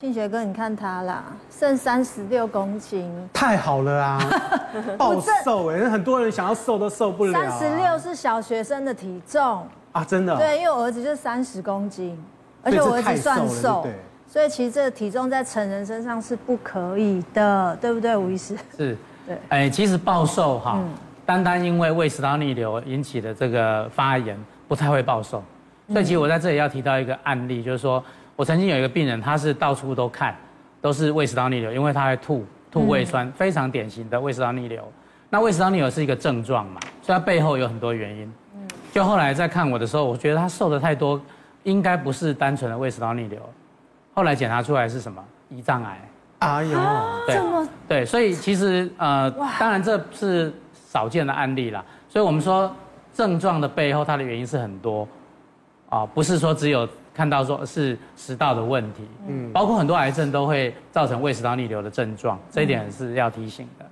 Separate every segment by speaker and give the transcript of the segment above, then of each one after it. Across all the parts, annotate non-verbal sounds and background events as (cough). Speaker 1: 庆学哥，你看他啦，剩三十六公斤，
Speaker 2: 太好了啊，
Speaker 1: (laughs)
Speaker 2: 暴瘦哎、很多人想要瘦都瘦不了、
Speaker 1: 三十六是小学生的体重。
Speaker 2: 啊，真的哦、
Speaker 1: 对，因为我儿子就是三十公斤，而且
Speaker 2: 对这
Speaker 1: 我儿子
Speaker 2: 太
Speaker 1: 算
Speaker 2: 瘦了
Speaker 1: 瘦
Speaker 2: 对不对，
Speaker 1: 所以其实这个体重在成人身上是不可以的，对不对，吴医师？
Speaker 3: 是，
Speaker 1: 对嗯
Speaker 3: 哎，其实暴瘦哈，单单因为胃食道逆流引起的这个发炎，不太会暴瘦。所
Speaker 1: 嗯
Speaker 3: 以其实我在这里要提到一个案例，就是说我曾经有一个病人，他是到处都看，都是胃食道逆流，因为他会吐，吐胃
Speaker 1: 嗯
Speaker 3: 酸，非常典型的胃食道逆流。那胃食道逆流是一个症状嘛，所以它背后有很多原因。
Speaker 1: 嗯
Speaker 3: 就后来在看我的时候，我觉得他瘦的太多，应该不是单纯的胃食道逆流。后来检查出来是什么？胰脏癌。
Speaker 1: (gasps)
Speaker 2: 哎呦，
Speaker 3: 对
Speaker 1: 这么
Speaker 3: 对，所以其实呃
Speaker 1: 哇，
Speaker 3: 当然这是少见的案例啦。所以我们说症状的背后，它的原因是很多啊、不是说只有看到说是食道的问题，嗯，包括很多癌症都会造成胃食道逆流的症状，这一点是要提醒的。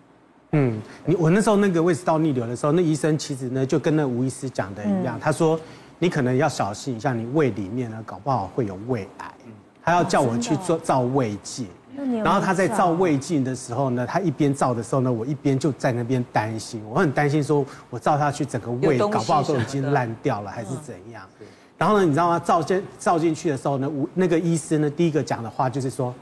Speaker 2: 嗯，你我那时候那个胃食道逆流的时候，那医生其实呢就跟那吴医师讲的
Speaker 1: 嗯
Speaker 2: 一样，他说你可能要小心一下，你胃里面呢搞不好会有胃癌，
Speaker 1: 嗯
Speaker 2: 他要叫
Speaker 1: 啊
Speaker 2: 我
Speaker 1: 哦
Speaker 2: 去做照胃镜。
Speaker 1: 那你有
Speaker 2: 然后他在
Speaker 1: 照
Speaker 2: 照胃镜的时候呢，他一边照的时候呢，我一边就在那边担心，我很担心说，我照下去整个胃
Speaker 4: 有东西
Speaker 2: 搞不好都已
Speaker 4: 什么
Speaker 2: 经
Speaker 4: 的
Speaker 2: 烂掉了，还是怎样？然后呢，你知道吗？照进照进去的时候呢，我那个医师呢，第一个讲的话就是说，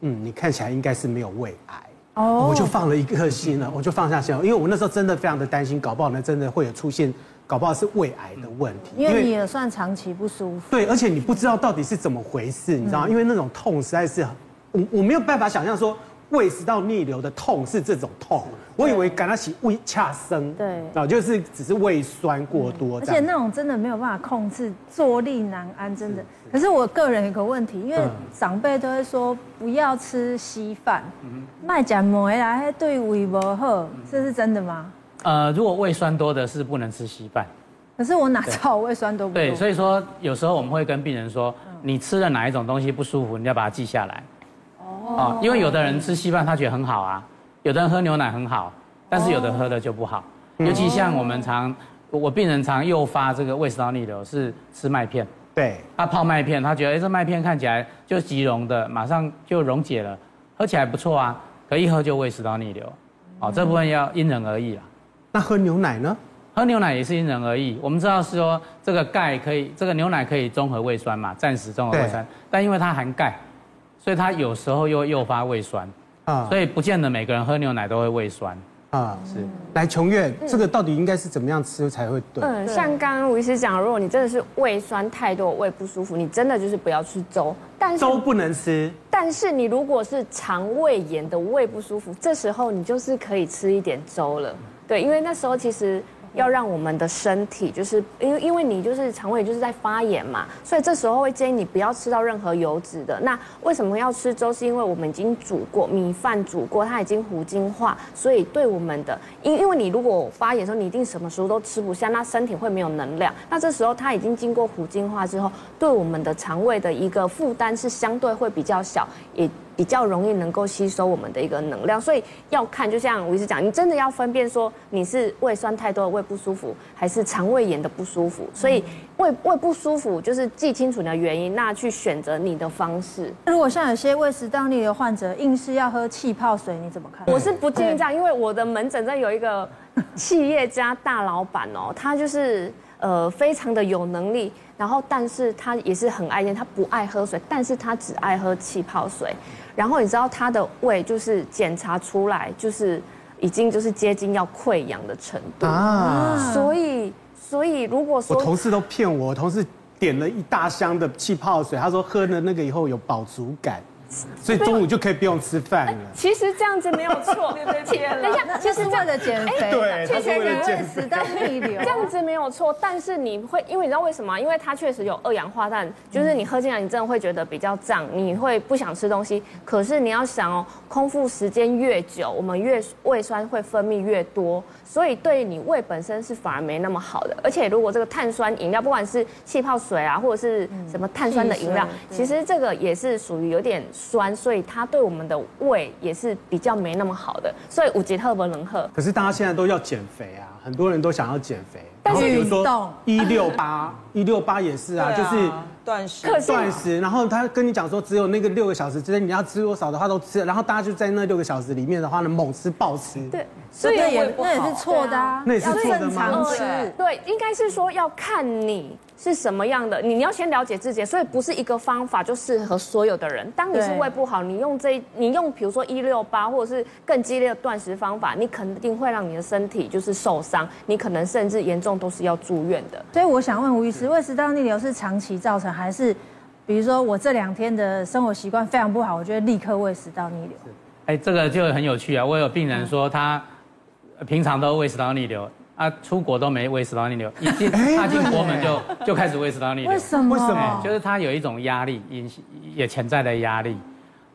Speaker 2: 嗯，你看起来应该是没有胃癌。
Speaker 1: 哦
Speaker 2: 我就放了一颗心了，我就放下心了，因为我那时候真的非常的担心，搞不好呢真的会有出现，搞不好是胃癌的问题，
Speaker 1: 因为你也算长期不舒服，
Speaker 2: 对，而且你不知道到底是怎么回事，你知
Speaker 1: 嗯
Speaker 2: 道吗？因为那种痛实在是很，我我没有办法想象说胃食道逆流的痛是这种痛，我以为感到起胃恰生，
Speaker 1: 对嗯
Speaker 2: 然后就是只是胃酸过多
Speaker 1: 而
Speaker 2: 这
Speaker 1: 且
Speaker 2: 样。
Speaker 1: 那种真的没有办法控制，坐立难安，真的。可是我个人有个问题，因为
Speaker 2: 嗯
Speaker 1: 长辈都会说不要吃稀饭，
Speaker 2: 嗯
Speaker 1: 卖假馍啦，那对胃不好，这是真的吗？
Speaker 3: 呃，如果胃酸多的是不能吃稀饭，
Speaker 1: 可是我哪知道我胃酸都不
Speaker 3: 对，
Speaker 1: 多？
Speaker 3: 所以说有时候我们会跟病人说，你吃了哪一种东西不舒服，你要把它记下来。哦，因为有的人吃稀饭他觉得很好啊，有的人喝牛奶很好，但是有的喝了就不好。尤其像我们常，我我病人常诱发这个胃食道逆流是吃麦片，
Speaker 2: 对，
Speaker 3: 他泡麦片，他觉得哎、诶这麦片看起来就即溶的，马上就溶解了，喝起来不错啊，可一喝就胃食道逆流。哦，这部分要因人而异啦。
Speaker 2: 那喝牛奶呢？
Speaker 3: 喝牛奶也是因人而异。我们知道是说这个钙可以，这个牛奶可以中和胃酸嘛，暂时中和胃酸，但因为它含钙，所以它有时候又会诱发胃酸，
Speaker 2: 啊
Speaker 3: 所以不见得每个人喝牛奶都会胃酸。
Speaker 2: 啊，
Speaker 3: 是，
Speaker 2: 来琼月，
Speaker 1: 嗯
Speaker 2: 这个到底应该是怎么样吃才会对？
Speaker 5: 嗯，像刚刚吴医师讲，如果你真的是胃酸太多、胃不舒服，你真的就是不要吃粥。但是，
Speaker 2: 粥不能吃，
Speaker 5: 但是你如果是肠胃炎的胃不舒服，这时候你就是可以吃一点粥了。对，因为那时候其实要让我们的身体，就是因为因为你就是肠胃就是在发炎嘛，所以这时候会建议你不要吃到任何油脂的。那为什么要吃粥？是因为我们已经煮过米饭煮过，它已经糊精化，所以对我们的，因因为你如果发炎的时候，你一定什么食物都吃不下，那身体会没有能量。那这时候它已经经过糊精化之后，对我们的肠胃的一个负担是相对会比较小，也比较容易能够吸收我们的一个能量。所以要看，就像我一直讲，你真的要分辨说你是胃酸太多的胃不舒服，还是肠胃炎的不舒服。所以胃胃不舒服就是记清楚你的原因，那去选择你的方式。
Speaker 1: 如果像有些胃食道逆流患者硬是要喝气泡水，你怎么看？
Speaker 5: 我是不建议这样，因为我的门诊这有
Speaker 2: (laughs)
Speaker 5: 一个企业家大老板哦，他就是呃非常的有能力，然后但是他也是很爱烟，他不爱喝水，但是他只爱喝气泡水。然后你知道他的胃就是检查出来就是已经就是接近要溃疡的程度，
Speaker 2: 啊，
Speaker 5: 所以所以如果
Speaker 2: 我
Speaker 5: 说
Speaker 2: 同事都骗我，我同事点了一大箱的气泡水，他说喝了那个以后有饱足感，所以中午就可以不用吃饭了。
Speaker 5: 其实这样子没有错，等一下，
Speaker 1: 那就是为了减肥，
Speaker 2: 对他是为了
Speaker 1: 胃
Speaker 2: 减肥
Speaker 1: 食道逆流
Speaker 5: 这。样子没有错，但是你会，因为你知道为什么吗？因为它确实有二氧化碳，就是你喝进来，你真的会觉得比较胀，你会不想吃东西。可是你要想哦，空腹时间越久，我们越胃酸会分泌越多，所以对你胃本身是反而没那么好的。而且如果这个碳酸饮料，不管是气泡水啊，或者是什么碳酸的饮料，
Speaker 1: 汽
Speaker 5: 其
Speaker 1: 水对
Speaker 5: 实这个也是属于有点酸，所以它对我们的胃也是比较没那么好的。所以五级特不能喝。
Speaker 2: 可是大家现在都要减肥啊，很多人都想要减肥。
Speaker 5: 但
Speaker 2: 然
Speaker 5: 是
Speaker 2: 后比如
Speaker 1: 运动
Speaker 5: (laughs)
Speaker 2: 说一六八，一六八也是啊，
Speaker 4: 对啊
Speaker 2: 就是
Speaker 4: 断食，
Speaker 5: 可是
Speaker 2: 断食，然后他跟你讲说，只有那个六个小时之内你要吃多少的话都吃了，然后大家就在那六个小时里面的话呢，猛吃暴吃。
Speaker 5: 对，
Speaker 1: 所以
Speaker 4: 对
Speaker 1: 也
Speaker 4: 胃不
Speaker 1: 那也
Speaker 4: 好哦
Speaker 1: 是错的啊，
Speaker 2: 那也是
Speaker 1: 要
Speaker 2: 错的
Speaker 1: 正
Speaker 2: 吗
Speaker 1: 常吃。
Speaker 4: 对
Speaker 5: 对，应该是说要看你是什么样的，你你要先了解自己，所以不是一个方法就适合所有的人。当你是
Speaker 1: 对
Speaker 5: 胃不好，你用这一你用比如说一六八或者是更激烈的断食方法，你肯定会让你的身体就是受伤，你可能甚至严重都是要住院的。
Speaker 1: 所以我想问吴医师，胃食道逆流是长期造成，还是比如说我这两天的生活习惯非常不好，我就会立刻胃食道逆流？
Speaker 3: 哎，这个就很有趣啊！我有病人说他平常都胃食道逆流啊，出国都没胃食道逆流，一进
Speaker 2: 哎
Speaker 3: 踏进国门就就开始胃食道逆流。
Speaker 1: 为什么？
Speaker 2: 为什
Speaker 3: 哎
Speaker 2: 么
Speaker 3: 就是他有一种压力，引起也潜在的压力，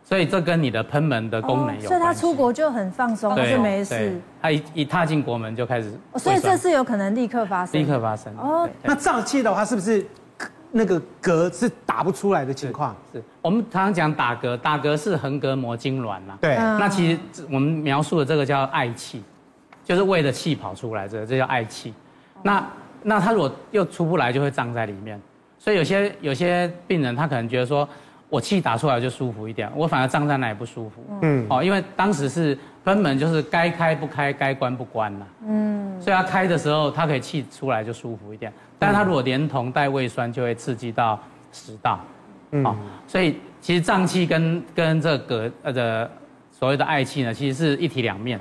Speaker 3: 所以这跟你的喷门的功
Speaker 2: 哦
Speaker 3: 能有关系。
Speaker 1: 哦所以他出国就很放松，
Speaker 3: 对
Speaker 1: 就哦没
Speaker 3: 对
Speaker 1: 事。
Speaker 3: 他一一踏进国门就开始
Speaker 1: 哦
Speaker 3: 胃
Speaker 1: 所
Speaker 3: 酸，
Speaker 1: 以这是有可能立刻发生。
Speaker 3: 立刻发生。
Speaker 1: 哦
Speaker 3: 哦，
Speaker 2: 那胀气的话，是不是那个嗝是打不出来的情况？
Speaker 3: 是我们常常讲打嗝，打嗝是横膈膜痉挛啊啦。
Speaker 2: 对，
Speaker 1: 嗯
Speaker 3: 那其实这我们描述的这个叫嗳气，就是胃的气跑出来，这个这叫嗳气。那那他如果又出不来，就会胀在里面。所以有些有些病人他可能觉得说，我气打出来就舒服一点，我反而胀在那里不舒服。嗯，哦，因为当时是根本就是该开不开，该关不关啦。嗯，所以他开的时候，他可以气出来就舒服一点，但是他如果连同带胃酸，就会刺激到食道。哦，所以其实胀气跟跟这个呃的所谓的嗳气呢，其实是一体两面。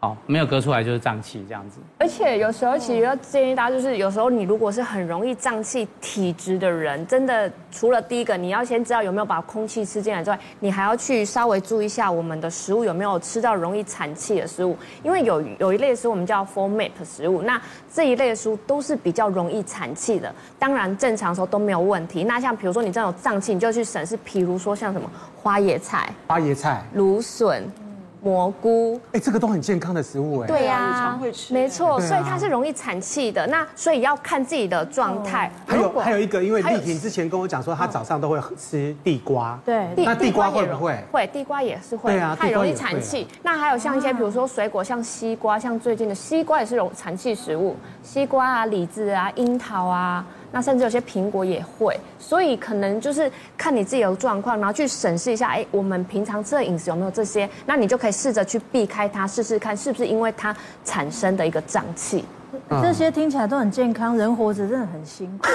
Speaker 3: 哦，没有隔出来就是胀气这样子。
Speaker 5: 而且有时候其实要建议大家，就是有时候你如果是很容易胀气体质的人，真的除了第一个你要先知道有没有把空气吃进来之外，你还要去稍微注意一下我们的食物有没有吃到容易产气的食物，因为有有一类食物我们叫 FODMAP 食物，那这一类的食物都是比较容易产气的，当然正常的时候都没有问题。那像比如说你真的有胀气，你就去审视，比如说像什么花椰菜、
Speaker 2: 花椰菜，
Speaker 5: 芦笋、蘑菇。
Speaker 2: 哎，这个都很健康的食物，哎，
Speaker 5: 对呀、
Speaker 4: 日常会吃
Speaker 5: 没错，
Speaker 2: 对啊
Speaker 5: 所以它是容易产气的。那所以要看自己的状态。
Speaker 2: 哦还
Speaker 5: 如
Speaker 2: 有
Speaker 5: 果
Speaker 2: 还有一个，因为
Speaker 5: 还有嗯
Speaker 2: 丽萍之前跟我讲说，她早上都会吃地瓜。
Speaker 1: 对
Speaker 5: 地
Speaker 2: 那地瓜
Speaker 5: 也
Speaker 2: 会不
Speaker 5: 容
Speaker 2: 会
Speaker 5: 会，地瓜也是会，
Speaker 2: 对啊
Speaker 5: 它也容易
Speaker 2: 地瓜也啊
Speaker 5: 产气。那还有像一些，比如说水果，像西瓜，像最近的西瓜也是容产气食物，西瓜啊、李子啊、樱桃啊，那甚至有些苹果也会。所以可能就是看你自己的状况，然后去审视一下，哎，我们平常吃的饮食有没有这些？那你就可以试着去避开它，试试看是不是因为它产生的一个胀气。
Speaker 2: 嗯
Speaker 1: 这些听起来都很健康，人活着真的很辛
Speaker 2: (laughs)
Speaker 1: 苦。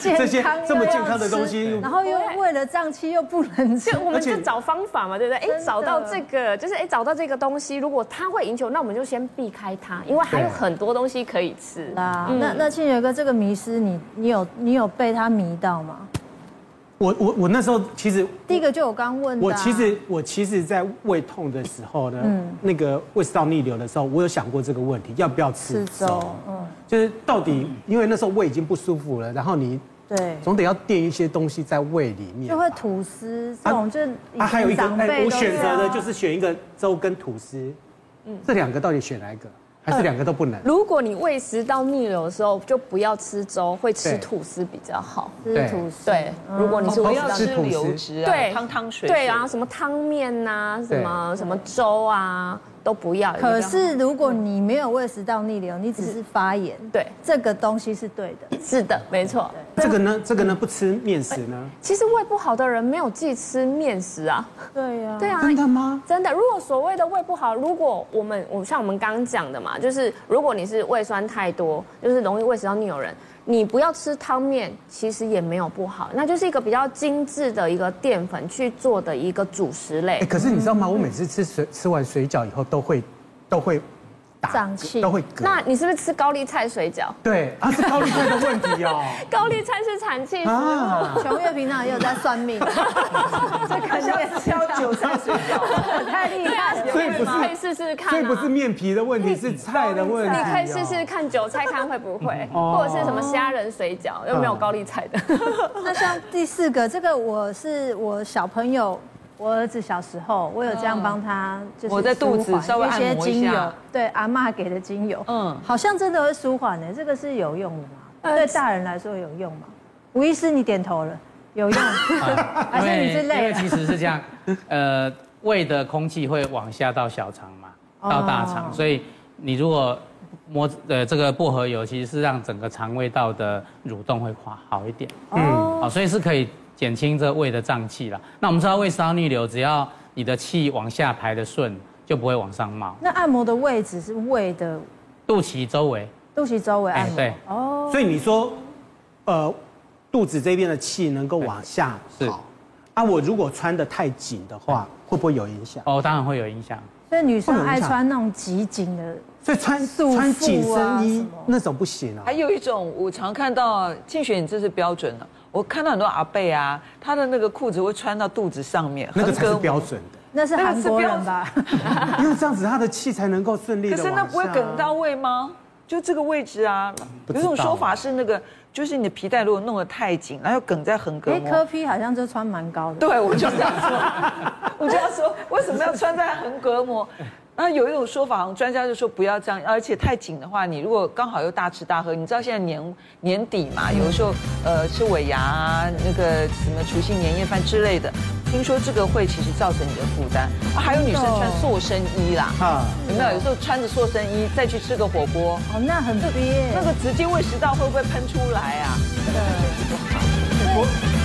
Speaker 2: 这
Speaker 1: 又
Speaker 2: 些
Speaker 1: 健康
Speaker 2: 这么
Speaker 1: 又要
Speaker 2: 健康的东西
Speaker 1: 吃，然后又为了胀气又不能吃
Speaker 5: (laughs) 就。我
Speaker 2: 而
Speaker 5: 们
Speaker 2: 且
Speaker 5: 就找方法嘛，对不对？哎，
Speaker 1: 的
Speaker 5: 找到这个，就是哎，找到这个东西，如果它会赢球，那我们就先避开它，因为还有
Speaker 2: 对
Speaker 5: 很多东西可以吃。
Speaker 1: 啦，
Speaker 2: 嗯
Speaker 1: 那那庆元哥这个迷失，你你有你有被他迷到吗？
Speaker 2: 我我我那时候其实
Speaker 1: 第一个就我刚问的啊，
Speaker 2: 我其实我其实，在胃痛的时候呢，
Speaker 1: 嗯
Speaker 2: 那个胃食道逆流的时候，我有想过这个问题，要不要
Speaker 1: 吃
Speaker 2: 吃粥
Speaker 1: 粥？，嗯，
Speaker 2: 就是到底，因为那时候胃已经不舒服了，然后你
Speaker 1: 对，
Speaker 2: 总得要垫一些东西在胃里面吧，
Speaker 1: 就会吐司这种，就是以
Speaker 2: 啊，还有一
Speaker 1: 前
Speaker 2: 个，
Speaker 1: 长
Speaker 2: 哎，
Speaker 1: 辈
Speaker 2: 我
Speaker 1: 都
Speaker 2: 选
Speaker 1: 这样啊嗯
Speaker 2: 择的就是选一个粥跟吐司，这两个到底选哪一个？还是两个都不能？
Speaker 1: 呃
Speaker 5: 如果你胃食道逆流的时候，就不要吃粥，会吃
Speaker 2: 对
Speaker 5: 吐司比较好。
Speaker 1: 吃吐司，
Speaker 5: 对，如果你是
Speaker 4: 不
Speaker 2: 哦
Speaker 5: 胃食
Speaker 4: 要
Speaker 5: 道
Speaker 2: 是
Speaker 4: 吃
Speaker 2: 吐司
Speaker 4: 流质啊，
Speaker 5: 对
Speaker 4: 汤汤水水
Speaker 5: 对，然后什么汤面呐，什
Speaker 2: 对
Speaker 5: 么什么粥啊，都不要。
Speaker 1: 可
Speaker 2: 嗯
Speaker 1: 是如果你没有胃食道逆流，你只是发炎，
Speaker 5: 对，
Speaker 1: 这个东西是对
Speaker 2: (coughs)
Speaker 1: 的。
Speaker 5: 是的，没错。
Speaker 2: 这个呢？这个呢？不吃面食呢？
Speaker 5: 其实胃不好的人没有忌吃面食啊。
Speaker 1: 对呀，
Speaker 5: 对啊，
Speaker 2: 真的吗？
Speaker 5: 真的，如果所谓的胃不好，如果我们我像我们刚刚讲的嘛，就是如果你是胃酸太多，就是容易胃食道逆流人，你不要吃汤面，其实也没有不好，那就是一个比较精致的一个淀粉去做的一个主食类
Speaker 2: 哎，。可是你知道吗？我每次吃水吃完水饺以后，都会都会打嗝
Speaker 1: 胀气
Speaker 2: 都会嗝。
Speaker 5: 那你是不是吃高丽菜水饺？
Speaker 2: 对啊，是高丽菜的问题哦。
Speaker 5: 高丽菜是产气食物，
Speaker 2: 啊，
Speaker 1: 琼月平常也有在算命，啊
Speaker 2: (laughs)
Speaker 1: 这肯定也知道
Speaker 4: 挑韭菜水饺。
Speaker 1: 太厉害了。
Speaker 2: 所以不
Speaker 5: 可以
Speaker 2: 是
Speaker 5: 试试看、啊。
Speaker 2: 所以不是面皮的问题，是菜的问题
Speaker 5: 你
Speaker 2: 哦。
Speaker 5: 可以试试看韭菜看会不会，
Speaker 2: (laughs) 哦
Speaker 5: 或者是什么虾仁水饺，又没有
Speaker 2: 嗯
Speaker 5: 高丽菜的。
Speaker 1: 啊那像第四个，这个我是我小朋友，我儿子小时候，我有这
Speaker 2: 嗯
Speaker 1: 样帮他，就是
Speaker 4: 我在肚子
Speaker 1: 舒缓
Speaker 4: 稍微
Speaker 1: 一些
Speaker 4: 按摩一
Speaker 1: 精
Speaker 4: 下
Speaker 1: 油，对阿嬷给的精油，嗯
Speaker 4: 嗯，
Speaker 1: 好像真的会舒缓呢，这个是有用的吗？
Speaker 5: 呃
Speaker 1: 对大人来说有用吗？吴医师，你点头了，有用，还是啊你是
Speaker 3: 因为因
Speaker 1: 累
Speaker 3: 为
Speaker 1: 了？
Speaker 3: 其实是这样，呃，胃的空气会往下到小肠嘛，到大肠，
Speaker 1: 哦
Speaker 3: 所以你如果摸呃这个薄荷油其实是让整个肠胃道的蠕动会好好一点，
Speaker 5: 哦，
Speaker 3: 好，所以是可以减轻这胃的胀气啦。那我们知道胃食道逆流，只要你的气往下排的顺，就不会往上冒，
Speaker 1: 那按摩的位置是胃的
Speaker 3: 肚脐周围，哎
Speaker 1: 肚脐周围按摩。
Speaker 3: 对，
Speaker 1: 哦，
Speaker 2: 所以你说，呃，肚子这边的气能够往下
Speaker 3: 对是
Speaker 2: 跑，啊，我如果穿的太紧的话，会不会有影响？
Speaker 3: 哦，当然会有影响。
Speaker 1: 所以女
Speaker 2: 会
Speaker 1: 生
Speaker 2: 有影
Speaker 1: 爱
Speaker 2: 响
Speaker 1: 穿那种极紧的，
Speaker 2: 所以穿
Speaker 1: 束缚啊
Speaker 2: 穿紧身
Speaker 1: 什
Speaker 2: 衣
Speaker 1: 么
Speaker 2: 那种不行啊
Speaker 4: 还。有一种，我常看到静雪，你这是标准了、我看到很多阿贝啊，他的那个裤子会穿到肚子上面，
Speaker 2: 那个
Speaker 4: 横
Speaker 2: 才
Speaker 4: 膈
Speaker 2: 是
Speaker 4: 膜
Speaker 2: 标。准的，
Speaker 1: 那是
Speaker 4: 那个
Speaker 1: 韩
Speaker 4: 是
Speaker 1: 国
Speaker 4: 标
Speaker 1: 人吧？
Speaker 2: 因为这样子他的气才能够顺利
Speaker 4: 可
Speaker 2: 的。
Speaker 4: 是那不会梗到胃吗？就这个位置啊，
Speaker 2: 不
Speaker 4: 有
Speaker 2: 知道
Speaker 4: 一种说法是那个，就是你的皮带如果弄得太紧，然后梗在横
Speaker 1: 哎
Speaker 4: 膈，
Speaker 1: 柯
Speaker 4: 膜。
Speaker 1: P 好像就穿蛮高的。
Speaker 4: 对，我就这样说，我就要说为什么要穿在横膈膜？然后有一种说法，专家就说不要这样，而且太紧的话，你如果刚好又大吃大喝，你知道现在年年底嘛，有的时候呃吃尾牙啊，那个什么除夕年夜饭之类的，听说这个会其实造成你的负担。啊、还有女生穿塑身衣啦，
Speaker 2: 啊，
Speaker 4: 有没有？有时候穿着塑身衣再去吃个火锅，
Speaker 1: 哦，那很憋。
Speaker 4: 那个直接胃食道会不会喷出来啊？
Speaker 2: 我